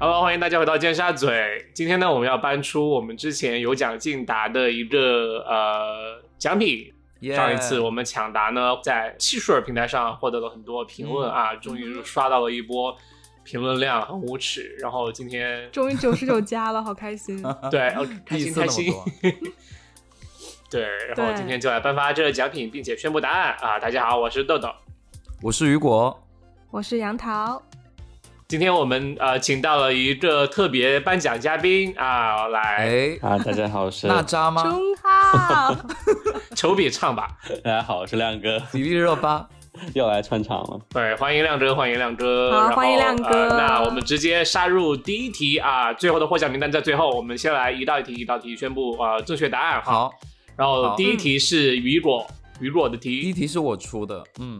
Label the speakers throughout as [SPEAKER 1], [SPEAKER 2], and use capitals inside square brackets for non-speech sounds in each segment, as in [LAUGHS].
[SPEAKER 1] Hello，欢迎大家回到尖沙咀。今天呢，我们要搬出我们之前有奖竞答的一个呃奖品。
[SPEAKER 2] 耶
[SPEAKER 1] 上一次我们抢答呢，在汽水平台上获得了很多评论啊，终于是刷到了一波评论量，很无耻。然后今天
[SPEAKER 3] [LAUGHS] 终于九十九加了，好
[SPEAKER 1] [LAUGHS]
[SPEAKER 3] 开心！
[SPEAKER 1] 对，哦开
[SPEAKER 2] 第一
[SPEAKER 1] 心
[SPEAKER 2] 次
[SPEAKER 1] 开
[SPEAKER 2] 那么
[SPEAKER 1] 心。
[SPEAKER 2] 多，
[SPEAKER 1] [LAUGHS] 对，然后
[SPEAKER 3] 对
[SPEAKER 1] 今天就来颁发这个奖品，并且宣布答案啊！大家好，我是豆豆。
[SPEAKER 2] 我是雨果，
[SPEAKER 3] 我是杨桃，
[SPEAKER 1] 今天我们呃请到了一个特别颁奖嘉宾啊，来
[SPEAKER 2] 哎，
[SPEAKER 4] 啊，大家好，我是
[SPEAKER 2] 娜扎吗？
[SPEAKER 3] 中浩，
[SPEAKER 1] 丑比唱吧。
[SPEAKER 4] 大家好，我是亮哥，
[SPEAKER 2] 迪丽热巴，
[SPEAKER 4] [LAUGHS] 又来串场了。
[SPEAKER 1] 对，欢迎亮哥，欢迎亮哥，
[SPEAKER 3] 好
[SPEAKER 1] 然后
[SPEAKER 3] 欢迎亮哥
[SPEAKER 1] 呃那我们直接杀入第一题啊，最后的获奖名单在最后，我们先来一道一题一道题宣布啊、呃正确答案哈。
[SPEAKER 2] 好，
[SPEAKER 1] 然后
[SPEAKER 2] 好嗯
[SPEAKER 1] 第一题是雨果，雨果的
[SPEAKER 2] 第
[SPEAKER 1] 题
[SPEAKER 2] 一，题是我出的，嗯，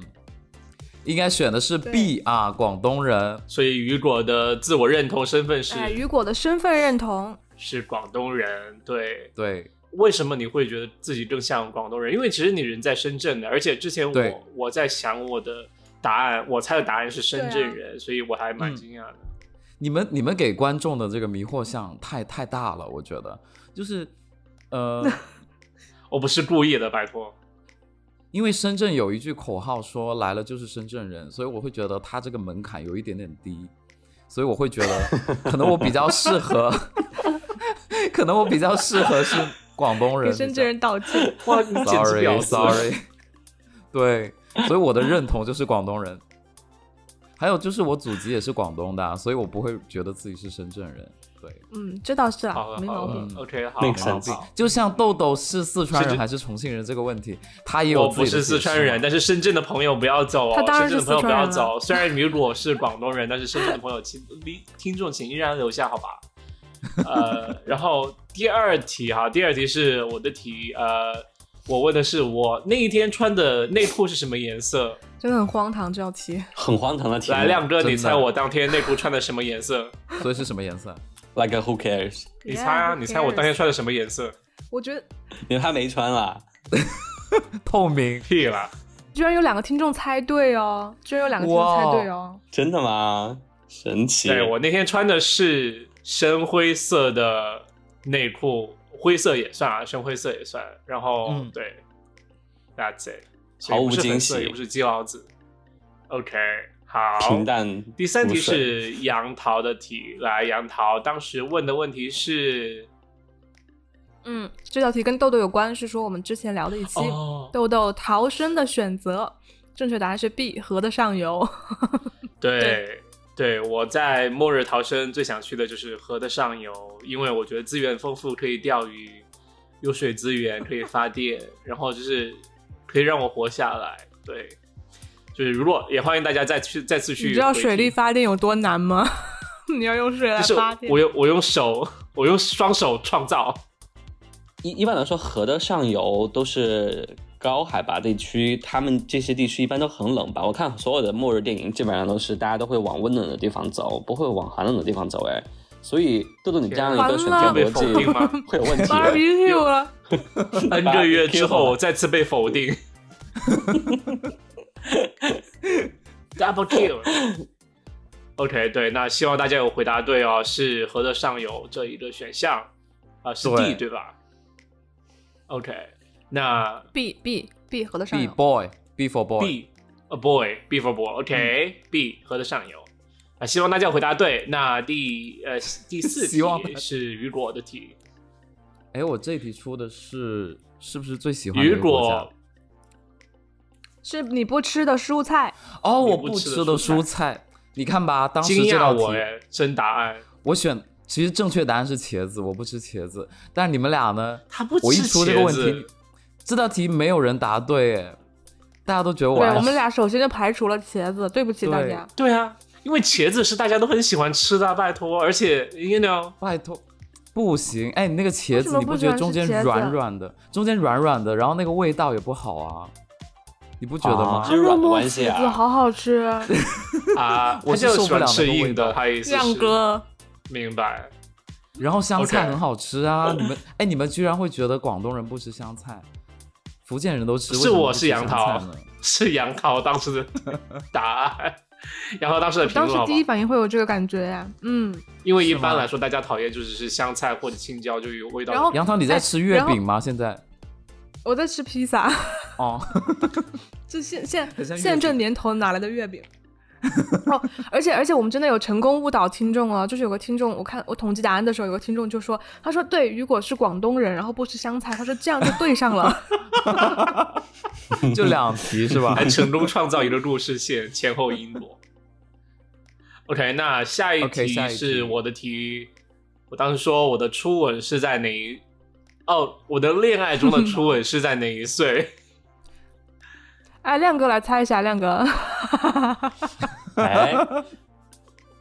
[SPEAKER 2] 应该选的是
[SPEAKER 3] 对
[SPEAKER 2] B 啊，广东人，
[SPEAKER 1] 所以雨果的自我认同身 [LAUGHS] 份是、
[SPEAKER 3] 哎，雨果的身份认同，
[SPEAKER 1] 是广东人。对，
[SPEAKER 2] 对，
[SPEAKER 1] 为什么你会觉得自己更像广东人？因为其实你人在深圳的，而且之前
[SPEAKER 2] 对
[SPEAKER 1] 我我在想我的答案，我猜的答案是深圳人，
[SPEAKER 3] 啊
[SPEAKER 1] 所以我还蛮
[SPEAKER 2] 嗯
[SPEAKER 1] 惊讶的。
[SPEAKER 2] 你们你们给观众的这个迷惑项太太大了，我觉得就是，
[SPEAKER 3] [LAUGHS]
[SPEAKER 2] 呃，
[SPEAKER 1] 我不是故意的，拜托。
[SPEAKER 2] 因为深圳有一句口号说来了就是深圳人，所以我会觉得他这个门槛有一点点低，所以我会觉
[SPEAKER 1] [LAUGHS]
[SPEAKER 2] 得可能我比较适合，可能我比较适合是广东人
[SPEAKER 3] 给
[SPEAKER 2] 比较，
[SPEAKER 3] 深圳人道
[SPEAKER 1] [LAUGHS]
[SPEAKER 3] 歉。
[SPEAKER 1] 哇，你简直婊
[SPEAKER 2] sorry
[SPEAKER 1] 子
[SPEAKER 2] sorry，对，所以我的认同就是广东人。还有就是我祖籍也是广东的啊、所以我不会觉得自己是深圳人。对，
[SPEAKER 3] 嗯，这倒是
[SPEAKER 1] 好
[SPEAKER 3] 啊，
[SPEAKER 1] 了
[SPEAKER 3] 没毛
[SPEAKER 1] 好
[SPEAKER 3] 病。
[SPEAKER 1] 了，OK，好，
[SPEAKER 4] 那
[SPEAKER 1] 好
[SPEAKER 4] 个神经
[SPEAKER 1] 好
[SPEAKER 2] 就像豆豆是四川
[SPEAKER 1] 是
[SPEAKER 2] 人
[SPEAKER 1] 这
[SPEAKER 2] 还是重庆人这个问题，他也
[SPEAKER 1] 我
[SPEAKER 2] 有自
[SPEAKER 1] 不
[SPEAKER 2] 己的
[SPEAKER 1] 是四川人，但是深圳的朋友不要走哦，
[SPEAKER 3] 他当然
[SPEAKER 1] 深
[SPEAKER 3] 是
[SPEAKER 1] 圳的朋友不
[SPEAKER 3] 四川人啊
[SPEAKER 1] 要
[SPEAKER 3] 了
[SPEAKER 1] 走。虽然如果是广东人，但是深圳的朋友请听听众请依然留下，好吧？
[SPEAKER 3] [LAUGHS]
[SPEAKER 1] 呃，然后第二题哈，第二题是我的题，呃，我问的是我那一天穿的内裤是什么颜色？
[SPEAKER 3] 真的很荒唐这道题。
[SPEAKER 4] 很荒唐的题目，
[SPEAKER 1] 来，亮哥，
[SPEAKER 2] 真的
[SPEAKER 1] 你猜我当天内裤穿的什么颜
[SPEAKER 3] [LAUGHS]
[SPEAKER 1] 色？
[SPEAKER 2] 人，所以是什么颜色？ [LAUGHS]
[SPEAKER 4] ，like a who cares？
[SPEAKER 1] 你猜啊，
[SPEAKER 3] Yeah，
[SPEAKER 1] 你猜我当天
[SPEAKER 3] who cares？
[SPEAKER 1] 穿的什么颜色？
[SPEAKER 3] 我觉得
[SPEAKER 4] 你们还没穿啊啦？
[SPEAKER 2] 透明。
[SPEAKER 1] 屁啦！
[SPEAKER 3] 居然有两个听众猜对哦，居然有两个听众猜对哦。
[SPEAKER 4] 真的吗？神奇。
[SPEAKER 1] 对我那天穿的是深灰色的内裤，灰色也算啊，深灰色也算。然后、
[SPEAKER 2] 嗯
[SPEAKER 1] 对，That's it，所以
[SPEAKER 4] 毫无
[SPEAKER 1] 不是
[SPEAKER 4] 惊
[SPEAKER 1] 粉色，也
[SPEAKER 4] 喜
[SPEAKER 1] 不，是鸡毛子。OK，好。
[SPEAKER 4] 平淡。
[SPEAKER 1] 第三题
[SPEAKER 4] 无水
[SPEAKER 1] 是杨桃的题，来，杨桃当时问的问题是
[SPEAKER 3] 嗯，这道题跟豆豆有关，是说我们之前聊的一期
[SPEAKER 1] 哦，
[SPEAKER 3] 豆豆逃生的选择，正确答案是 B，河的上游。
[SPEAKER 1] 对。对，我在末日逃生最想去的就是河的上游，因为我觉得资源丰富，可以钓鱼，有水资源，可以发电，然后就是可以让我活下来。对，就是如果也欢迎大家再去再次去。
[SPEAKER 3] 你知道水力，发电有多难吗？ [LAUGHS] 你要用水来
[SPEAKER 1] 就是
[SPEAKER 3] 发电
[SPEAKER 1] 我。用我用手，我用双手创造。
[SPEAKER 4] 一一般来说，河的上游都是高海拔地区，他们这些地区一般都很冷吧？我看所有的末日电影，基本上都是大家都会往温暖的地方走，不会往寒冷的地方走。哎，所以豆豆，你这样一个
[SPEAKER 3] 完
[SPEAKER 4] 选择
[SPEAKER 3] 了
[SPEAKER 1] 啊被否定
[SPEAKER 4] 逻
[SPEAKER 1] 吗
[SPEAKER 4] 辑会有问
[SPEAKER 1] [LAUGHS]
[SPEAKER 4] 题
[SPEAKER 3] 芭比
[SPEAKER 4] 的。
[SPEAKER 3] Q 了，
[SPEAKER 1] N 个月之后，我再次被否定。Double kill。OK，对，那希望大家有回答对哦，是河的上游这一个选项啊、是 D 对
[SPEAKER 2] 对
[SPEAKER 1] 吧？OK，那
[SPEAKER 3] B B B 河的上
[SPEAKER 2] B
[SPEAKER 3] 游。
[SPEAKER 2] boy B for boy。
[SPEAKER 1] B a boy B for
[SPEAKER 2] 嗯
[SPEAKER 1] boy，OK，B、河的上游啊，希望大家有回答对。那第呃第四
[SPEAKER 2] [LAUGHS] 希望
[SPEAKER 1] 题是雨果的题，
[SPEAKER 2] 哎，我这题出的是是不是最喜欢的一
[SPEAKER 1] 雨
[SPEAKER 2] 个国家
[SPEAKER 1] 果？
[SPEAKER 3] 是你不吃的蔬菜，
[SPEAKER 2] 哦，
[SPEAKER 1] 你
[SPEAKER 2] 我
[SPEAKER 1] 不
[SPEAKER 2] 不
[SPEAKER 1] 吃的
[SPEAKER 2] 吃的
[SPEAKER 1] 蔬
[SPEAKER 2] 蔬菜。你看吧，当时
[SPEAKER 1] 惊
[SPEAKER 2] 这
[SPEAKER 1] 讶
[SPEAKER 2] 道题
[SPEAKER 1] 我哎，真答案。
[SPEAKER 2] 我选，其实正确答案是茄子，我不吃茄子。但你们俩呢？
[SPEAKER 1] 他不吃
[SPEAKER 2] 我一出这个问
[SPEAKER 1] 茄子
[SPEAKER 2] 题，这道题没有人答对，哎，大家都觉得我
[SPEAKER 3] 对
[SPEAKER 2] 爱
[SPEAKER 3] 我们
[SPEAKER 2] 吃
[SPEAKER 3] 俩首先就排除了茄子，对不起大家。
[SPEAKER 1] 对啊，因为茄子是大家都很喜欢吃的啊，拜托，而且 you know，
[SPEAKER 2] 拜托，不行，哎，你那个茄
[SPEAKER 3] 为什
[SPEAKER 2] 子
[SPEAKER 3] 么
[SPEAKER 2] 你
[SPEAKER 3] 不
[SPEAKER 2] 不
[SPEAKER 3] 喜
[SPEAKER 2] 觉
[SPEAKER 3] 欢
[SPEAKER 2] 得中间
[SPEAKER 3] 吃茄子啊
[SPEAKER 2] 软软的，中间软软的，然后那个味道也不好啊，你不觉得吗？
[SPEAKER 4] 啊就是软的关系
[SPEAKER 3] 肉末
[SPEAKER 4] 啊
[SPEAKER 3] 茄子好好吃，
[SPEAKER 2] [LAUGHS]
[SPEAKER 1] 啊，
[SPEAKER 2] 我
[SPEAKER 1] 他
[SPEAKER 2] 是
[SPEAKER 1] 就
[SPEAKER 2] 受
[SPEAKER 1] 喜
[SPEAKER 2] 不
[SPEAKER 1] 欢
[SPEAKER 2] 了
[SPEAKER 1] 吃
[SPEAKER 2] 那个
[SPEAKER 1] 硬
[SPEAKER 2] 味
[SPEAKER 1] 的，
[SPEAKER 2] 道
[SPEAKER 1] 他意思
[SPEAKER 3] 亮
[SPEAKER 1] 是，
[SPEAKER 3] 哥。
[SPEAKER 1] 明白？
[SPEAKER 2] 然后香菜
[SPEAKER 1] OK
[SPEAKER 2] 很好吃啊，你们哎，你们居然会觉得广东人不吃香菜，福建人都吃，
[SPEAKER 1] 是
[SPEAKER 2] 为什么
[SPEAKER 1] 我
[SPEAKER 2] 不
[SPEAKER 1] 是
[SPEAKER 2] 吃
[SPEAKER 1] 杨
[SPEAKER 2] 香菜
[SPEAKER 1] 桃
[SPEAKER 2] 呢 [LAUGHS]
[SPEAKER 1] 是杨桃当时的答案，然后当时的
[SPEAKER 3] 我
[SPEAKER 1] 评
[SPEAKER 3] 当时
[SPEAKER 1] 论好不
[SPEAKER 3] 第
[SPEAKER 1] 好
[SPEAKER 3] 一？反应会有这个感觉呀，嗯，
[SPEAKER 1] 因为
[SPEAKER 2] 是
[SPEAKER 1] 一般
[SPEAKER 2] 吗
[SPEAKER 1] 来说大家讨厌就只是香菜或者青椒就有味道。
[SPEAKER 3] 然后
[SPEAKER 2] 杨桃，你在
[SPEAKER 3] 哎
[SPEAKER 2] 吃月
[SPEAKER 3] 然后
[SPEAKER 2] 饼吗？现在？
[SPEAKER 3] 我在吃披萨，
[SPEAKER 1] [LAUGHS]
[SPEAKER 2] 哦，
[SPEAKER 3] 这现现
[SPEAKER 2] 很像月
[SPEAKER 3] 现
[SPEAKER 2] 饼
[SPEAKER 3] 这年头哪来的月饼？ [LAUGHS] 哦，而且而且我们真的有成功误导听众了，就是有个听众，我看我统计答案的时候，有个听众就说，他说对，雨果是广东人，然后不吃香菜，他说这样就对上了。 [LAUGHS]
[SPEAKER 2] 就两题
[SPEAKER 1] [LAUGHS]
[SPEAKER 2] 是吧？
[SPEAKER 1] 还哎成功创造一个故事线，前后因果。OK，那下一
[SPEAKER 2] OK，
[SPEAKER 1] 题
[SPEAKER 2] 下一题
[SPEAKER 1] 是我的题。我当时说我的初吻是在哪一？哦，我的恋爱中的初吻是在哪一岁？
[SPEAKER 3] 哎，亮哥来猜一下，亮哥，
[SPEAKER 1] [LAUGHS]
[SPEAKER 4] 哎，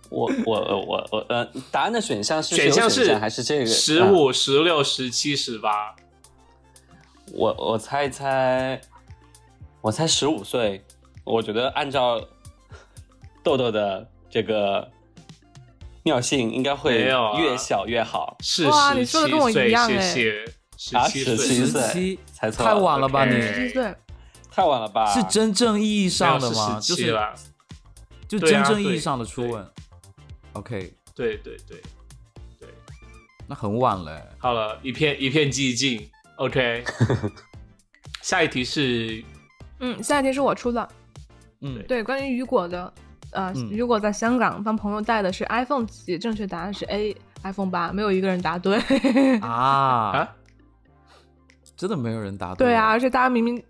[SPEAKER 4] 我我我我我呃，答案的选项是
[SPEAKER 1] 选项
[SPEAKER 4] 有
[SPEAKER 1] 是
[SPEAKER 4] 还是这个
[SPEAKER 1] 十？
[SPEAKER 4] 啊
[SPEAKER 1] 五、十六、十七、十八。
[SPEAKER 4] 我我猜一猜，我猜十五岁。我觉得按照豆豆的这个尿性，应该会
[SPEAKER 1] 没有啊
[SPEAKER 4] 越小越好。
[SPEAKER 1] 是
[SPEAKER 3] 哇
[SPEAKER 1] 十
[SPEAKER 3] 你
[SPEAKER 1] 七
[SPEAKER 3] 说得跟我一
[SPEAKER 1] 岁，
[SPEAKER 3] 样
[SPEAKER 1] 谢
[SPEAKER 3] 哎
[SPEAKER 1] 谢。十
[SPEAKER 4] 啊
[SPEAKER 1] 七
[SPEAKER 4] 17
[SPEAKER 1] 岁
[SPEAKER 4] 岁
[SPEAKER 2] 七，
[SPEAKER 4] 猜错了
[SPEAKER 2] 太晚了吧你？
[SPEAKER 1] OK
[SPEAKER 3] 对对，
[SPEAKER 4] 太晚了吧？
[SPEAKER 2] 是真正意义上的
[SPEAKER 1] 没有
[SPEAKER 2] 吗？
[SPEAKER 1] 是17
[SPEAKER 2] 就是
[SPEAKER 1] 啦
[SPEAKER 2] 就
[SPEAKER 1] 对啊
[SPEAKER 2] 真正意义上的初吻。OK，
[SPEAKER 1] 对对对对，
[SPEAKER 2] 那很晚了欸。
[SPEAKER 1] 好了，一片一片寂静。OK，下一题是
[SPEAKER 3] 嗯，下一题是我出的，
[SPEAKER 2] 嗯，
[SPEAKER 3] 对，关于雨果的，呃，
[SPEAKER 2] 嗯
[SPEAKER 3] 雨果在香港帮朋友带的是 iPhone 几，正确答案是 A iPhone 八，没有一个人答对。 [LAUGHS]
[SPEAKER 2] 啊，
[SPEAKER 1] 啊，
[SPEAKER 2] [LAUGHS] 真的没有人答
[SPEAKER 3] 对啊，
[SPEAKER 2] 啊
[SPEAKER 3] 而，且大家明明，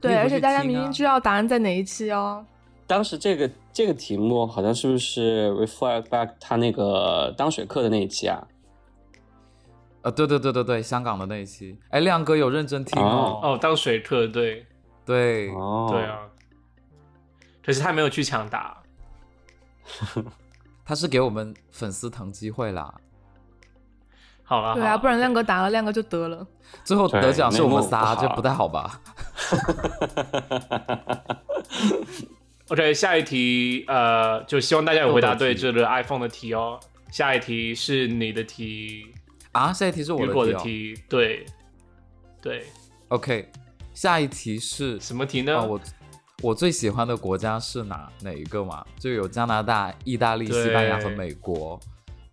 [SPEAKER 3] 对，
[SPEAKER 2] 可以回
[SPEAKER 3] 而
[SPEAKER 2] 去
[SPEAKER 3] 且大家
[SPEAKER 2] 听
[SPEAKER 3] 明
[SPEAKER 2] 啊
[SPEAKER 3] 明知道答案在哪一期哦。
[SPEAKER 4] 当时这个这个题目好像是不是 reflect back 他那个当水课的那一期啊？
[SPEAKER 2] 呃，对对对对对，香港的那一期，哎，亮哥有认真听哦。
[SPEAKER 1] 哦，当水课对。
[SPEAKER 2] 对，
[SPEAKER 4] 哦，
[SPEAKER 1] 对，啊，可是他没有去抢答。
[SPEAKER 2] 他是给我们粉丝腾机会啦。
[SPEAKER 1] 好了，
[SPEAKER 3] 对
[SPEAKER 1] 好
[SPEAKER 3] 啊，
[SPEAKER 1] 了
[SPEAKER 3] 不然亮哥
[SPEAKER 1] OK
[SPEAKER 3] 答了，亮哥就得了。
[SPEAKER 2] 最后得奖是我们仨，
[SPEAKER 4] 对内幕不
[SPEAKER 2] 这不
[SPEAKER 4] 好
[SPEAKER 2] 太好吧？
[SPEAKER 1] OK，下一题，呃，就希望大家有回答
[SPEAKER 2] 豆豆
[SPEAKER 1] 对
[SPEAKER 2] 题
[SPEAKER 1] 这个 iPhone 的题哦。下一题是你的题，
[SPEAKER 2] 啊，下一题是我
[SPEAKER 1] 雨果
[SPEAKER 2] 的
[SPEAKER 1] 的
[SPEAKER 2] 题
[SPEAKER 1] 题，对，对，
[SPEAKER 2] 哦。OK，下一题是
[SPEAKER 1] 什么题呢？
[SPEAKER 2] 啊，我我最喜欢的国家是哪哪一个嘛？就有加拿大、意大利、
[SPEAKER 1] 对
[SPEAKER 2] 西班牙和美国。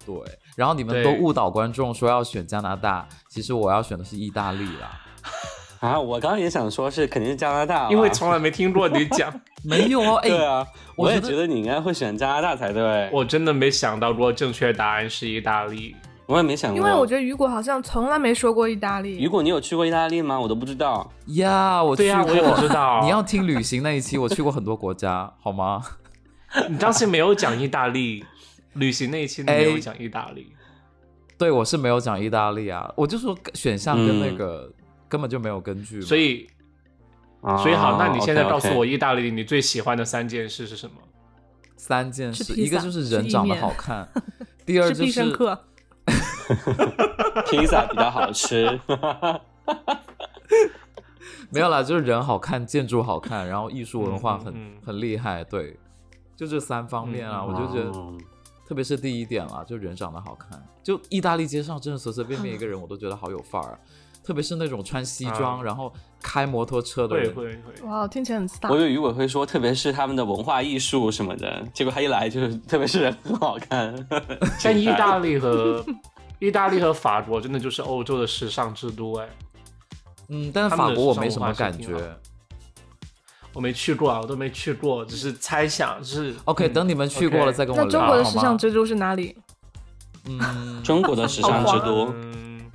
[SPEAKER 2] 对，然后你们都
[SPEAKER 1] 对
[SPEAKER 2] 误导观众说要选加拿大，其实我要选的是意大利啦。
[SPEAKER 4] 啊，我刚刚也想说是肯定是加拿大了，
[SPEAKER 1] 因为从来没听过你
[SPEAKER 2] [LAUGHS]
[SPEAKER 1] 讲，
[SPEAKER 2] 没有哦，
[SPEAKER 1] [LAUGHS]
[SPEAKER 2] 哎、
[SPEAKER 4] 对啊，
[SPEAKER 2] 我
[SPEAKER 4] 我也
[SPEAKER 2] 觉得
[SPEAKER 4] 觉得你应该会选加拿大才对，
[SPEAKER 1] 我真的没想到过正确答案是意大利。
[SPEAKER 4] 我也没想过，
[SPEAKER 3] 因为我觉得雨果好像从来没说过意大
[SPEAKER 4] 雨
[SPEAKER 3] 利。
[SPEAKER 4] 果，你有去过意大利吗？我都不知道。
[SPEAKER 2] 哎呀，我去
[SPEAKER 1] 对呀、啊我也
[SPEAKER 2] 过
[SPEAKER 1] 不知道。
[SPEAKER 2] [LAUGHS] 你要听旅行那一期，我去过很多国家， [LAUGHS] 好吗？
[SPEAKER 1] 你当时没有讲意大利， [LAUGHS] 旅行那一期你没有
[SPEAKER 2] 哎
[SPEAKER 1] 讲意大利。
[SPEAKER 2] 对，我是没有讲意大利啊，我就说选项跟那
[SPEAKER 4] 嗯
[SPEAKER 2] 个、根本就没有根据嘛。
[SPEAKER 1] 所以，
[SPEAKER 3] 啊
[SPEAKER 2] 啊
[SPEAKER 1] 所以好，那你现在告诉我
[SPEAKER 4] 哦
[SPEAKER 1] 意大利你最喜欢的三件事是什么？
[SPEAKER 2] 三件
[SPEAKER 3] 吃
[SPEAKER 2] 事，
[SPEAKER 3] 披
[SPEAKER 2] 一个
[SPEAKER 3] 萨
[SPEAKER 2] 就是
[SPEAKER 3] 吃
[SPEAKER 2] 人
[SPEAKER 3] 意
[SPEAKER 2] 长得
[SPEAKER 3] 面
[SPEAKER 2] 好看，第二
[SPEAKER 3] 是
[SPEAKER 2] 就
[SPEAKER 3] 必胜
[SPEAKER 2] 是
[SPEAKER 3] 客， [LAUGHS]
[SPEAKER 4] 披萨比较好 [LAUGHS] 吃，
[SPEAKER 2] 没有啦，就是人好看，建筑好
[SPEAKER 1] [LAUGHS]
[SPEAKER 2] 看，然后艺术文化很、
[SPEAKER 1] 嗯嗯嗯
[SPEAKER 2] 很厉害，对，就这三方面啊，
[SPEAKER 1] 嗯
[SPEAKER 2] 我就觉
[SPEAKER 4] 哦
[SPEAKER 2] 得，特别是第一点啦，就人长得好看，就意大利街上真的随随便便一个人，我都觉得好有范儿啊，特别是那种穿西装、
[SPEAKER 1] 啊
[SPEAKER 2] 然后开摩托车的
[SPEAKER 1] 会
[SPEAKER 2] 人，
[SPEAKER 1] 会会，
[SPEAKER 3] 哇，听起来很 s t
[SPEAKER 4] 我以为雨果会说，特别是他们的文化艺术什么的，结果他一来就是，特别是人很好看。
[SPEAKER 1] 但意大利和 [LAUGHS] 意大利和法国真的就是欧洲的时尚之都哎，
[SPEAKER 2] 嗯，但是
[SPEAKER 1] 他们
[SPEAKER 2] 法
[SPEAKER 1] 的
[SPEAKER 2] 国我
[SPEAKER 1] 时尚
[SPEAKER 2] 没
[SPEAKER 1] 文
[SPEAKER 2] 什
[SPEAKER 1] 化啊
[SPEAKER 2] 么
[SPEAKER 1] 是
[SPEAKER 2] 感
[SPEAKER 1] 挺
[SPEAKER 2] 觉
[SPEAKER 1] 好。我没去过啊，我都没去过，只是猜想，就是
[SPEAKER 2] OK，、
[SPEAKER 1] 嗯
[SPEAKER 2] 等你们去过了
[SPEAKER 1] OK
[SPEAKER 2] 再跟我
[SPEAKER 3] 那
[SPEAKER 2] 聊。
[SPEAKER 3] 中国的
[SPEAKER 2] 好
[SPEAKER 3] 时
[SPEAKER 2] 吗
[SPEAKER 3] 尚之都是哪里？
[SPEAKER 2] 嗯，
[SPEAKER 4] 中国的时尚之都，
[SPEAKER 1] 嗯，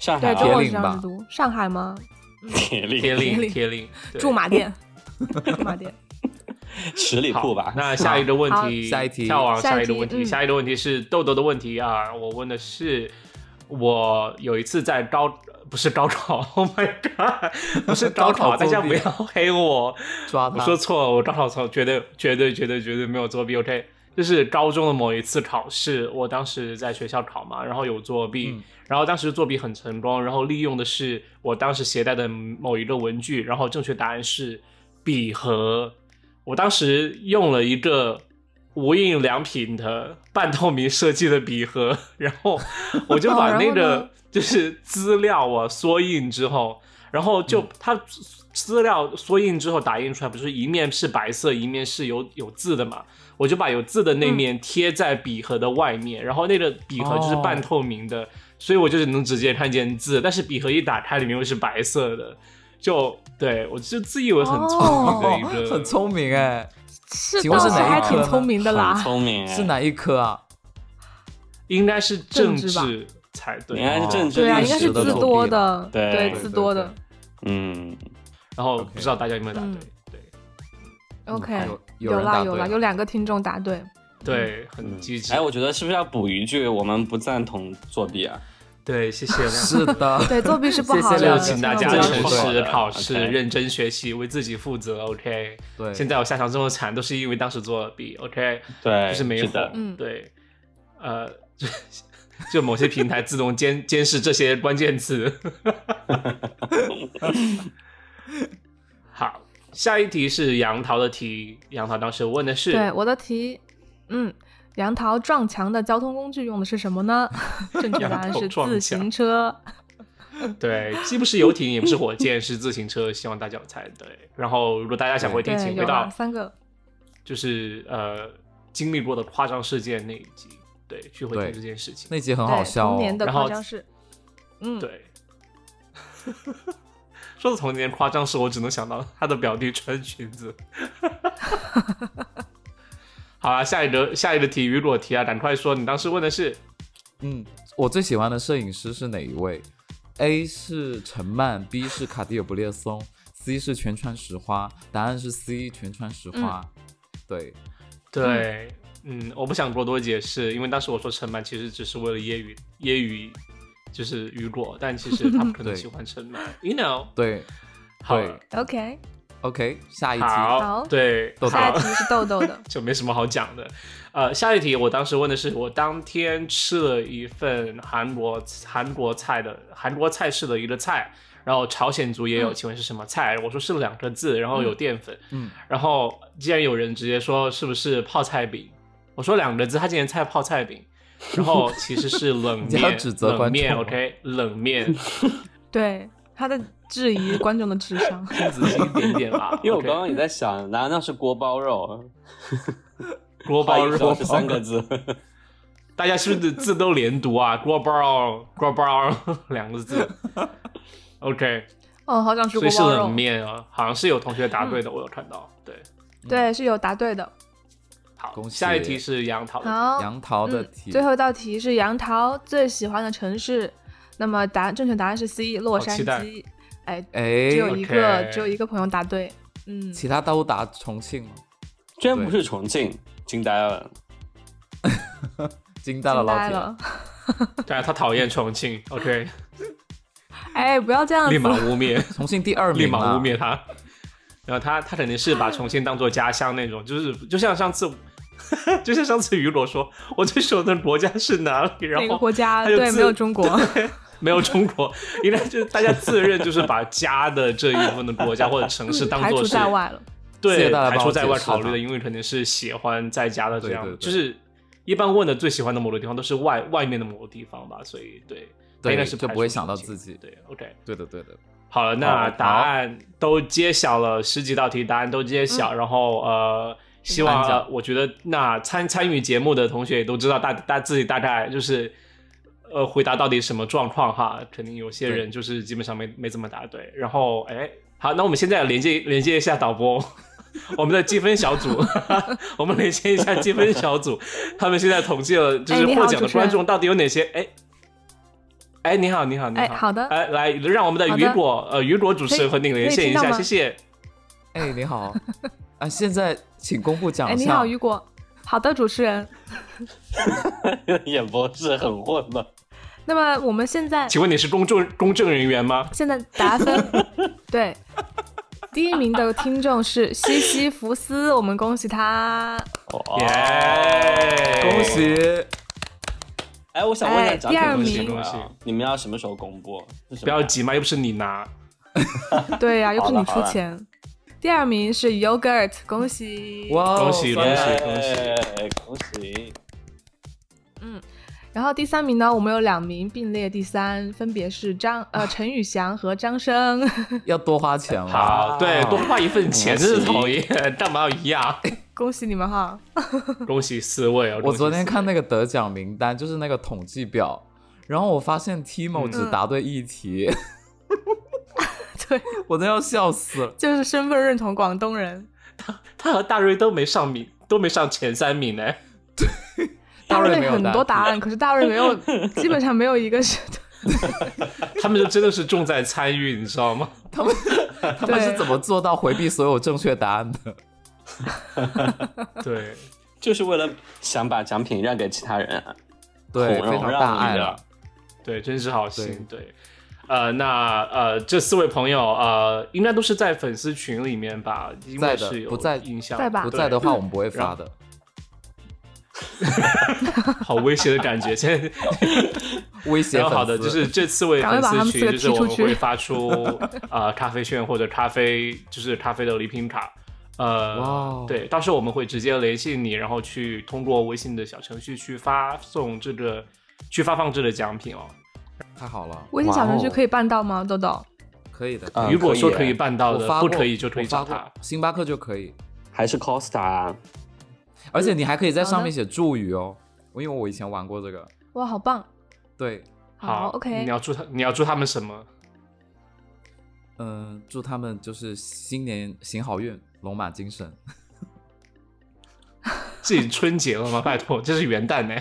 [SPEAKER 4] 上
[SPEAKER 3] 对，
[SPEAKER 4] 海啊
[SPEAKER 3] 中国
[SPEAKER 2] 铁
[SPEAKER 3] 时
[SPEAKER 2] 岭
[SPEAKER 3] 尚之
[SPEAKER 2] 吧
[SPEAKER 3] 都，上海吗？
[SPEAKER 4] 铁
[SPEAKER 1] 铁
[SPEAKER 4] 岭、
[SPEAKER 1] 岭铁岭对
[SPEAKER 3] 驻
[SPEAKER 2] [LAUGHS]
[SPEAKER 3] 马店，驻马店。
[SPEAKER 4] 十里铺吧
[SPEAKER 1] 好。那下一个问
[SPEAKER 3] 好
[SPEAKER 1] 题，
[SPEAKER 2] 下一题
[SPEAKER 1] 跳往
[SPEAKER 3] 下一
[SPEAKER 1] 下一个
[SPEAKER 3] 题
[SPEAKER 1] 问题，
[SPEAKER 3] 嗯
[SPEAKER 1] 下一个问题是豆豆的问题啊。我问的是，我有一次在高不是高考 [LAUGHS] ，Oh my god，不是高
[SPEAKER 2] 高
[SPEAKER 1] 考，
[SPEAKER 2] 考
[SPEAKER 1] 大家
[SPEAKER 2] 作
[SPEAKER 1] 不
[SPEAKER 2] 弊
[SPEAKER 1] 要黑我，
[SPEAKER 2] 抓
[SPEAKER 1] 我
[SPEAKER 2] 他。
[SPEAKER 1] 说错了，我高考错，绝对绝对绝对绝对没有作弊，OK。就是高中的某一次考试，我当时在学校考嘛，然后有作弊，
[SPEAKER 2] 嗯
[SPEAKER 1] 然后当时作弊很成功，然后利用的是我当时携带的某一个文具，然后正确答案是笔盒。我当时用了一个无印良品的半透明设计的笔盒，然后我就
[SPEAKER 3] 哦 [LAUGHS]
[SPEAKER 1] 把
[SPEAKER 3] 然后
[SPEAKER 1] 那
[SPEAKER 3] 呢
[SPEAKER 1] 个就是资料啊缩印之后，然后就它
[SPEAKER 2] 嗯
[SPEAKER 1] 资料缩印之后打印出来，不是一面是白色，一面是有有字的嘛？我就把有字的
[SPEAKER 2] 嗯
[SPEAKER 1] 那面贴在笔盒的外面，然后那个笔盒就是半透明
[SPEAKER 2] 哦
[SPEAKER 1] 的，所以我就是能直接看见字，但是笔盒一打开，里面又是白色的，就对我就自以为很聪明 [LAUGHS] 的一个，
[SPEAKER 2] 哦很聪明哎、
[SPEAKER 3] 是
[SPEAKER 2] 请问
[SPEAKER 3] 倒
[SPEAKER 2] 是
[SPEAKER 3] 是
[SPEAKER 2] 哪一
[SPEAKER 3] 还
[SPEAKER 2] 科
[SPEAKER 3] 挺
[SPEAKER 2] 呢
[SPEAKER 3] 聪明的啦
[SPEAKER 4] 很。聪明哎，
[SPEAKER 2] 是哪一科啊？
[SPEAKER 1] 应该是政
[SPEAKER 3] 政治吧
[SPEAKER 1] 治才对，
[SPEAKER 4] 应该是政治
[SPEAKER 3] 对啊，
[SPEAKER 4] 历
[SPEAKER 3] 应该
[SPEAKER 4] 史
[SPEAKER 3] 是
[SPEAKER 2] 的
[SPEAKER 3] 字
[SPEAKER 2] 作
[SPEAKER 3] 多
[SPEAKER 2] 弊
[SPEAKER 3] 的，
[SPEAKER 4] 对
[SPEAKER 3] 对
[SPEAKER 4] 对
[SPEAKER 3] 字多的。
[SPEAKER 4] 嗯，
[SPEAKER 1] 然后
[SPEAKER 2] OK
[SPEAKER 1] 不知道大家有没有答对
[SPEAKER 3] 嗯，
[SPEAKER 1] 对。
[SPEAKER 3] OK，
[SPEAKER 2] 嗯有
[SPEAKER 3] 有
[SPEAKER 2] 人
[SPEAKER 3] 啦
[SPEAKER 2] 答
[SPEAKER 3] 有
[SPEAKER 2] 对
[SPEAKER 3] 啦，
[SPEAKER 2] 了
[SPEAKER 3] 有两个听众答对。
[SPEAKER 1] 对，很机智。
[SPEAKER 4] 哎，我觉得是不是要补一句，我们不赞同作弊啊？
[SPEAKER 1] 对，
[SPEAKER 4] [LAUGHS]
[SPEAKER 1] 谢谢。[LAUGHS]
[SPEAKER 2] 是的，
[SPEAKER 3] 对，
[SPEAKER 2] [LAUGHS]
[SPEAKER 3] 作弊是不好
[SPEAKER 2] 谢
[SPEAKER 3] 的，
[SPEAKER 2] 谢
[SPEAKER 1] 就
[SPEAKER 2] 亮
[SPEAKER 1] 请
[SPEAKER 3] 千
[SPEAKER 1] 大
[SPEAKER 3] 万
[SPEAKER 1] 家
[SPEAKER 3] 不要
[SPEAKER 1] 诚
[SPEAKER 4] 诚
[SPEAKER 3] 做
[SPEAKER 4] 实
[SPEAKER 1] 实
[SPEAKER 4] 的
[SPEAKER 1] 考试，
[SPEAKER 4] OK
[SPEAKER 1] 认真学习，为自己负责。OK，
[SPEAKER 2] 对，
[SPEAKER 1] 现在我下场这么惨，都是因为当时作弊。OK，
[SPEAKER 4] 对，
[SPEAKER 1] 就是没
[SPEAKER 4] 的，，
[SPEAKER 1] 红。
[SPEAKER 3] 嗯
[SPEAKER 1] 对，呃，就就某些平台自动监监视这些关键词。好，下一题是杨桃的题。杨桃当时问的是，
[SPEAKER 3] 对我的题，嗯，杨桃撞墙的交通工具用的是什么呢？正确答案是
[SPEAKER 1] 杨桃撞
[SPEAKER 3] 自行车。
[SPEAKER 1] 对，既不是游艇，也不是火箭，是自行车。希望大家有猜对。然后，如果大家想回听，
[SPEAKER 3] 对，
[SPEAKER 1] 请
[SPEAKER 3] 有啊
[SPEAKER 1] 回
[SPEAKER 3] 啦，
[SPEAKER 1] 到
[SPEAKER 3] 三个。
[SPEAKER 1] 就是呃经历过的夸张事件那一集，对，去回
[SPEAKER 2] 对
[SPEAKER 1] 听这件事情。
[SPEAKER 2] 那集很好
[SPEAKER 3] 对，
[SPEAKER 2] 笑、
[SPEAKER 3] 童
[SPEAKER 2] 哦，
[SPEAKER 3] 年的
[SPEAKER 1] 然后
[SPEAKER 3] 夸张事。嗯，
[SPEAKER 1] 对， [LAUGHS] 说到童年夸张时，我只能想到他的表弟穿裙子。 [LAUGHS] 好啊，下一个下一个体育裸题啊，赶快说，你当时问的是
[SPEAKER 2] 嗯，我最喜欢的摄影师是哪一位？A 是陈曼，B 是卡迪尔布列松，C 是全川石花。答案是 C 全川石花。
[SPEAKER 3] 嗯
[SPEAKER 2] 对，
[SPEAKER 1] 对，嗯，我不想过多解释，因为当时我说陈满其实只是为了揶揄揶揄，就是雨果，但其实他不可能
[SPEAKER 2] 对
[SPEAKER 1] 喜欢陈满，you know，
[SPEAKER 2] 对
[SPEAKER 1] 好
[SPEAKER 2] 对
[SPEAKER 3] ，OK，
[SPEAKER 2] ，OK，下一题。
[SPEAKER 1] 好
[SPEAKER 3] 好
[SPEAKER 1] 对，
[SPEAKER 2] 豆豆
[SPEAKER 3] 下
[SPEAKER 1] 好。
[SPEAKER 3] 一题
[SPEAKER 2] [LAUGHS]
[SPEAKER 3] 是豆豆的
[SPEAKER 1] 就没什么好讲的。呃，下一题我当时问的是，我当天吃了一份韩国韩国菜的韩国菜式的一个菜，然后朝鲜族也有，
[SPEAKER 3] 嗯
[SPEAKER 1] 请问是什么菜？我说是两个字，然后有淀粉。
[SPEAKER 2] 嗯，
[SPEAKER 1] 然后既然有人直接说是不是泡菜饼，我说两个字，他竟然猜泡菜饼，然后其实是冷
[SPEAKER 2] [LAUGHS] 你要
[SPEAKER 1] 面，
[SPEAKER 2] 指责
[SPEAKER 1] 冷
[SPEAKER 2] 观
[SPEAKER 1] 面
[SPEAKER 2] 众
[SPEAKER 1] ，OK，冷面， [LAUGHS]
[SPEAKER 3] 对，他在质疑观众的智商。 [LAUGHS]
[SPEAKER 1] 仔细一点点吧
[SPEAKER 4] 因为我
[SPEAKER 1] OK
[SPEAKER 4] 刚刚也在想，难道是锅包肉？
[SPEAKER 1] 锅包
[SPEAKER 4] 不好意思
[SPEAKER 1] 肉
[SPEAKER 4] 哦是三个字，
[SPEAKER 1] 大家是不是字都连读
[SPEAKER 3] [LAUGHS]
[SPEAKER 1] 啊？锅包锅包 [LAUGHS] 两个字。OK，
[SPEAKER 3] [LAUGHS] 哦，好想吃
[SPEAKER 1] 所
[SPEAKER 3] 锅
[SPEAKER 1] 以是
[SPEAKER 3] 包肉嗯
[SPEAKER 1] 冷。面啊，好像是有同学答对的，我有看到。对，
[SPEAKER 3] 对，是有答对的。
[SPEAKER 1] 好，
[SPEAKER 2] 恭喜
[SPEAKER 1] 下一题是杨桃的。
[SPEAKER 3] 好，
[SPEAKER 2] 杨桃的
[SPEAKER 3] 嗯
[SPEAKER 2] 题。
[SPEAKER 3] 最后一道题是杨桃最喜欢的城市，那么答案正确答案是 C，洛
[SPEAKER 1] 好
[SPEAKER 3] 杉
[SPEAKER 1] 期待
[SPEAKER 3] 矶。哎，
[SPEAKER 2] 哎
[SPEAKER 3] 只，有一个、
[SPEAKER 1] OK
[SPEAKER 3] 只有一个朋友答对，嗯，
[SPEAKER 2] 其他都答重庆吗？
[SPEAKER 4] 居然不是重庆，惊呆了。
[SPEAKER 2] 惊呆了老
[SPEAKER 3] 惊呆了
[SPEAKER 2] 铁。。
[SPEAKER 1] 对啊，他讨厌重
[SPEAKER 3] [LAUGHS]
[SPEAKER 1] 庆。OK，
[SPEAKER 3] 哎，不要这样
[SPEAKER 1] 立马
[SPEAKER 3] 子，
[SPEAKER 1] 污
[SPEAKER 3] [LAUGHS]
[SPEAKER 1] 蔑，
[SPEAKER 2] 重庆第二
[SPEAKER 1] 立
[SPEAKER 2] 名啊
[SPEAKER 1] 马
[SPEAKER 2] 啦
[SPEAKER 1] 污蔑他。然后他他肯定是把重庆当做家乡那种，就是就像上次， [LAUGHS] 就像上次雨果说，我最喜欢的国家是哪里？然
[SPEAKER 3] 哪个
[SPEAKER 1] 后
[SPEAKER 3] 国家？
[SPEAKER 1] 他就
[SPEAKER 3] 对，
[SPEAKER 1] 自
[SPEAKER 3] 没有中国。
[SPEAKER 1] 没有中国，应该就是大家自认就是把家的这一部分的国家或者城市当
[SPEAKER 3] 排
[SPEAKER 1] 做
[SPEAKER 3] 除
[SPEAKER 1] 是
[SPEAKER 3] 在外了。
[SPEAKER 2] 谢
[SPEAKER 1] 对
[SPEAKER 2] 谢大家
[SPEAKER 1] 排
[SPEAKER 2] 帮
[SPEAKER 1] 除
[SPEAKER 2] 我
[SPEAKER 1] 在
[SPEAKER 2] 解
[SPEAKER 1] 外
[SPEAKER 2] 释
[SPEAKER 1] 考虑
[SPEAKER 2] 哈
[SPEAKER 1] 的，因为肯定是喜欢在家的这
[SPEAKER 2] 对
[SPEAKER 1] 样，
[SPEAKER 2] 对对
[SPEAKER 1] 就是一般问的最喜欢的某个地方都是外外面的某个地方吧，所以对，他
[SPEAKER 2] 对
[SPEAKER 1] 应该是
[SPEAKER 2] 就
[SPEAKER 1] 排
[SPEAKER 2] 不会
[SPEAKER 1] 除
[SPEAKER 2] 想到
[SPEAKER 1] 重庆
[SPEAKER 2] 自己
[SPEAKER 1] 对，OK，
[SPEAKER 2] 对的，
[SPEAKER 3] [LAUGHS]
[SPEAKER 2] 对的，
[SPEAKER 1] 好了，那
[SPEAKER 4] 好
[SPEAKER 1] 答案都揭晓了，十几道题答案都揭
[SPEAKER 3] 嗯
[SPEAKER 1] 晓，然后呃。希望、
[SPEAKER 2] 颁奖
[SPEAKER 1] 呃我觉得那参参与节目的同学也都知道大大自己大概就是，呃，回答到底什么状况哈，肯定有些
[SPEAKER 2] 对
[SPEAKER 1] 人就是基本上没没怎么答对。然后哎，好，那我们现在连接连接一下导播， [LAUGHS] 我们的积分小
[SPEAKER 3] [LAUGHS]
[SPEAKER 1] 组，我们连接一下积分小组，他们现在统计了就
[SPEAKER 3] 哎
[SPEAKER 1] 是
[SPEAKER 3] 你好
[SPEAKER 1] 获奖的
[SPEAKER 3] 主持人
[SPEAKER 1] 观众到底有哪些？哎，哎，你好，你好，你好，
[SPEAKER 3] 哎好的
[SPEAKER 1] 哎，来，让我们的
[SPEAKER 3] 好的
[SPEAKER 1] 雨果，呃，雨果主持人和你连线一
[SPEAKER 3] 可以
[SPEAKER 1] 下，
[SPEAKER 3] 听到
[SPEAKER 1] 谢
[SPEAKER 3] 吗
[SPEAKER 1] 谢。
[SPEAKER 2] 哎，你好，啊，现在请公布奖
[SPEAKER 3] 哎，
[SPEAKER 2] 项。
[SPEAKER 3] 你好，雨果。好的，主持人。
[SPEAKER 4] 演播室很混乱。
[SPEAKER 3] 那么我们现在
[SPEAKER 1] 请问你是公证公证人员吗？
[SPEAKER 3] 现在打分，对，第一名的听众是西西弗斯，我们恭喜他。
[SPEAKER 1] 耶、
[SPEAKER 2] 恭！喜，
[SPEAKER 4] 哎，我想问一下
[SPEAKER 3] 哎
[SPEAKER 4] 奖
[SPEAKER 3] 第二
[SPEAKER 4] 品是什
[SPEAKER 1] 名
[SPEAKER 4] 么呀？啊你们要什么时候公布？是什么
[SPEAKER 1] 不要急嘛，又不是你拿。
[SPEAKER 3] 对呀、又不是你
[SPEAKER 4] 好
[SPEAKER 3] 出
[SPEAKER 4] 了好了
[SPEAKER 3] 钱。第二名是 Yogurt，恭喜。
[SPEAKER 2] 哇哦，
[SPEAKER 1] 恭喜
[SPEAKER 2] 酸
[SPEAKER 1] 恭喜
[SPEAKER 2] 奶
[SPEAKER 4] 耶恭喜！
[SPEAKER 3] 然后第三名呢，我们有两名并列第三，分别是张呃陈宇翔和张生。 [LAUGHS]
[SPEAKER 2] 要多花钱了。
[SPEAKER 1] 好，对，多花一份钱真是
[SPEAKER 4] 恭喜
[SPEAKER 1] 讨厌，但嘛要一样。
[SPEAKER 3] 恭喜你们哈！
[SPEAKER 1] [LAUGHS] 恭喜四位哦！
[SPEAKER 2] 我昨天看那
[SPEAKER 1] 个，
[SPEAKER 2] 个得奖名单，就是那个统计表，然后我发现 Timo 只答对一题，
[SPEAKER 3] 嗯对，
[SPEAKER 2] [LAUGHS] 我都要笑死了。
[SPEAKER 3] 就是身份认同广东人。
[SPEAKER 1] 他和大瑞都没上名，都没上前三名呢。
[SPEAKER 3] 大
[SPEAKER 2] 大瑞没有
[SPEAKER 3] 很
[SPEAKER 2] 答
[SPEAKER 3] 多答案，可是大瑞没有，基本上没有一个是。
[SPEAKER 1] 他们就真的是重在参与，你知道吗？
[SPEAKER 2] 他们他们是
[SPEAKER 3] 对
[SPEAKER 2] 怎么做到回避所有正确答案的？
[SPEAKER 1] [LAUGHS] 对，
[SPEAKER 4] 就是为了想把奖品让给其他人啊，
[SPEAKER 2] 对，
[SPEAKER 4] 孔
[SPEAKER 2] 非
[SPEAKER 4] 融
[SPEAKER 2] 常
[SPEAKER 4] 让
[SPEAKER 2] 大
[SPEAKER 4] 你
[SPEAKER 2] 爱
[SPEAKER 4] 的
[SPEAKER 1] 啊
[SPEAKER 2] 了。。
[SPEAKER 1] 对，真是好心。对，呃，那呃，这四位朋友呃，应该都是在粉丝群里面吧？应该
[SPEAKER 2] 在的
[SPEAKER 1] 是有
[SPEAKER 2] 不在
[SPEAKER 1] 印象，
[SPEAKER 3] 在吧
[SPEAKER 2] 不在的话，我们不会发的。
[SPEAKER 1] 好威胁的感觉。现
[SPEAKER 2] [LAUGHS]
[SPEAKER 1] 在
[SPEAKER 2] 威胁
[SPEAKER 1] 然
[SPEAKER 2] 粉
[SPEAKER 1] 后
[SPEAKER 2] 丝。
[SPEAKER 1] 好的，就是这四位
[SPEAKER 3] 赶快
[SPEAKER 1] 粉
[SPEAKER 3] 把
[SPEAKER 1] 丝
[SPEAKER 3] 他们四
[SPEAKER 1] 群，就
[SPEAKER 3] 个踢
[SPEAKER 1] 是我
[SPEAKER 3] 出
[SPEAKER 1] 们
[SPEAKER 3] 去
[SPEAKER 1] 会发出呃咖啡券或者咖啡，就是咖啡的礼品卡。呃，
[SPEAKER 2] 哇哦
[SPEAKER 1] 对，到时候我们会直接联系你，然后去通过微信的小程序去发送这个，去发放这个奖品哦。
[SPEAKER 2] 太好了，
[SPEAKER 3] 微信小程序可
[SPEAKER 2] 以
[SPEAKER 3] 以办到吗？豆豆，
[SPEAKER 2] 嗯可以的。
[SPEAKER 4] 啊
[SPEAKER 1] 如果说
[SPEAKER 4] 可
[SPEAKER 1] 可
[SPEAKER 4] 以
[SPEAKER 1] 以办到
[SPEAKER 2] 我
[SPEAKER 1] 呃的，
[SPEAKER 2] 发
[SPEAKER 1] 不
[SPEAKER 2] 过
[SPEAKER 1] 可以就可以
[SPEAKER 2] 我发
[SPEAKER 1] 找
[SPEAKER 2] 过
[SPEAKER 3] 哦
[SPEAKER 1] 他。
[SPEAKER 2] 星巴克就可以，
[SPEAKER 4] 还是 Costa 啊
[SPEAKER 2] 而且你还可以在上
[SPEAKER 3] 好的
[SPEAKER 2] 面写注语哦，因为我以前玩过这个。
[SPEAKER 3] 哇，好棒！
[SPEAKER 2] 对，
[SPEAKER 1] 好
[SPEAKER 3] ，OK
[SPEAKER 1] 你。要祝他，你要祝他们什么？
[SPEAKER 2] 嗯、祝他们就是新年行好运，龙马精神。
[SPEAKER 1] 嗯自己春节了吗？拜托，这是元旦
[SPEAKER 3] [LAUGHS]
[SPEAKER 1] 呢。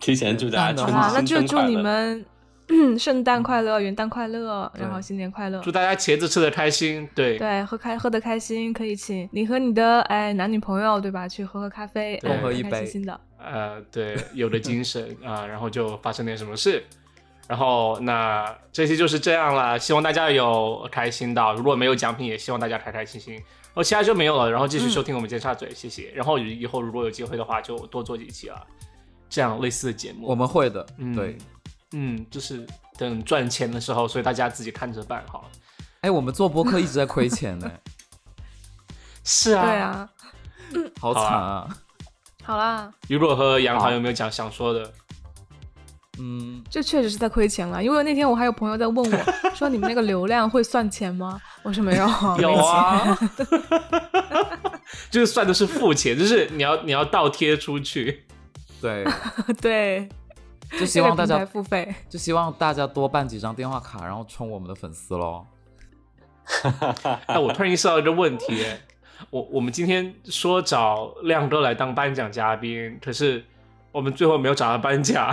[SPEAKER 4] 提前祝大家
[SPEAKER 2] 当
[SPEAKER 4] 春
[SPEAKER 2] 然
[SPEAKER 4] 节
[SPEAKER 2] 了
[SPEAKER 3] 啊，那
[SPEAKER 4] 新
[SPEAKER 3] 就
[SPEAKER 4] 春
[SPEAKER 3] 祝
[SPEAKER 4] 快
[SPEAKER 3] 你
[SPEAKER 4] 乐。
[SPEAKER 3] 们嗯圣诞快乐、元旦快乐，
[SPEAKER 2] 对
[SPEAKER 3] 然后新年快乐
[SPEAKER 1] 祝。大家茄子吃的开心。对，
[SPEAKER 3] 对，喝开喝得开心，可以请你和你的哎男女朋友对吧，去喝喝咖啡，
[SPEAKER 1] 对
[SPEAKER 3] 哎
[SPEAKER 1] 共喝
[SPEAKER 2] 一
[SPEAKER 3] 开开
[SPEAKER 2] 杯
[SPEAKER 3] 心心的。
[SPEAKER 1] 呃，对，有了精神啊、然后就发生点什么事。然后那这期就是这样了，希望大家有开心到，如果没有奖品，也希望大家开开心心。然后其他就没有了，然后继续收听我们尖沙咀，谢谢。然后以后如果有机会的话，就多做几期啊，这样类似的节目。
[SPEAKER 2] 我们会的，
[SPEAKER 1] 嗯
[SPEAKER 2] 对。
[SPEAKER 1] 嗯，就是等赚钱的时候，所以大家自己看着办好了。
[SPEAKER 2] 哎，我们做播客一直在亏钱
[SPEAKER 4] [LAUGHS]
[SPEAKER 2] 呢，
[SPEAKER 1] 是
[SPEAKER 3] 对
[SPEAKER 1] 啊，
[SPEAKER 3] 啊，
[SPEAKER 2] 好惨啊。
[SPEAKER 3] 好啦，
[SPEAKER 1] 雨果和杨桃有没有讲想说的？
[SPEAKER 2] 嗯，
[SPEAKER 3] 这确实是在亏钱了，因为那天我还有朋友在问我 [LAUGHS] 说你们那个流量会算钱吗？我说没有，
[SPEAKER 1] 有
[SPEAKER 3] 没钱。
[SPEAKER 1] 啊，就是算的是付钱，就是你要你要倒贴出去。
[SPEAKER 2] 对，
[SPEAKER 3] [LAUGHS] 对， [LAUGHS]
[SPEAKER 2] 就希望大
[SPEAKER 3] 这个平台
[SPEAKER 2] 家
[SPEAKER 3] 付费。 [LAUGHS]
[SPEAKER 2] 就希望大家多办几张电话卡，然后充我们的粉丝喽。
[SPEAKER 1] [LAUGHS] 哎，我突然意识到一个问题， [LAUGHS] 我我们今天说找亮哥来当颁奖嘉宾，可是我们最后没有找他颁奖，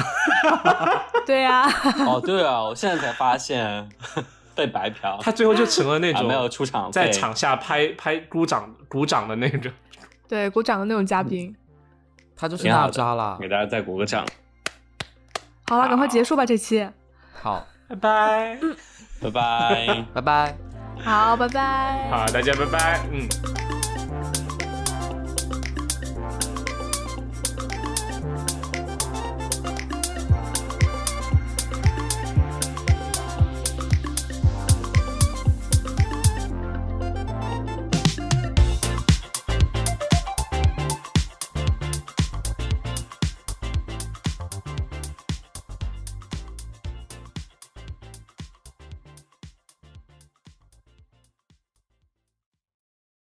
[SPEAKER 1] [LAUGHS]
[SPEAKER 3] 对呀、
[SPEAKER 4] 哦，对啊，我现在才发现 [LAUGHS] 被白嫖，
[SPEAKER 1] 他最后就成了那
[SPEAKER 4] 啊
[SPEAKER 1] 种
[SPEAKER 4] 没有出场费
[SPEAKER 1] 在场下拍拍鼓掌鼓掌的那种。
[SPEAKER 3] [LAUGHS] 对鼓掌的那种嘉宾。
[SPEAKER 2] 他就是
[SPEAKER 4] 挺好
[SPEAKER 2] 娜
[SPEAKER 4] 的
[SPEAKER 2] 扎啦
[SPEAKER 4] 给。大家再鼓个掌，
[SPEAKER 3] 好了，赶快结束吧这期。
[SPEAKER 2] 好，
[SPEAKER 1] 拜拜，
[SPEAKER 4] 拜拜。
[SPEAKER 2] 拜拜。
[SPEAKER 3] 好，拜拜。
[SPEAKER 1] 好，大家拜拜，嗯。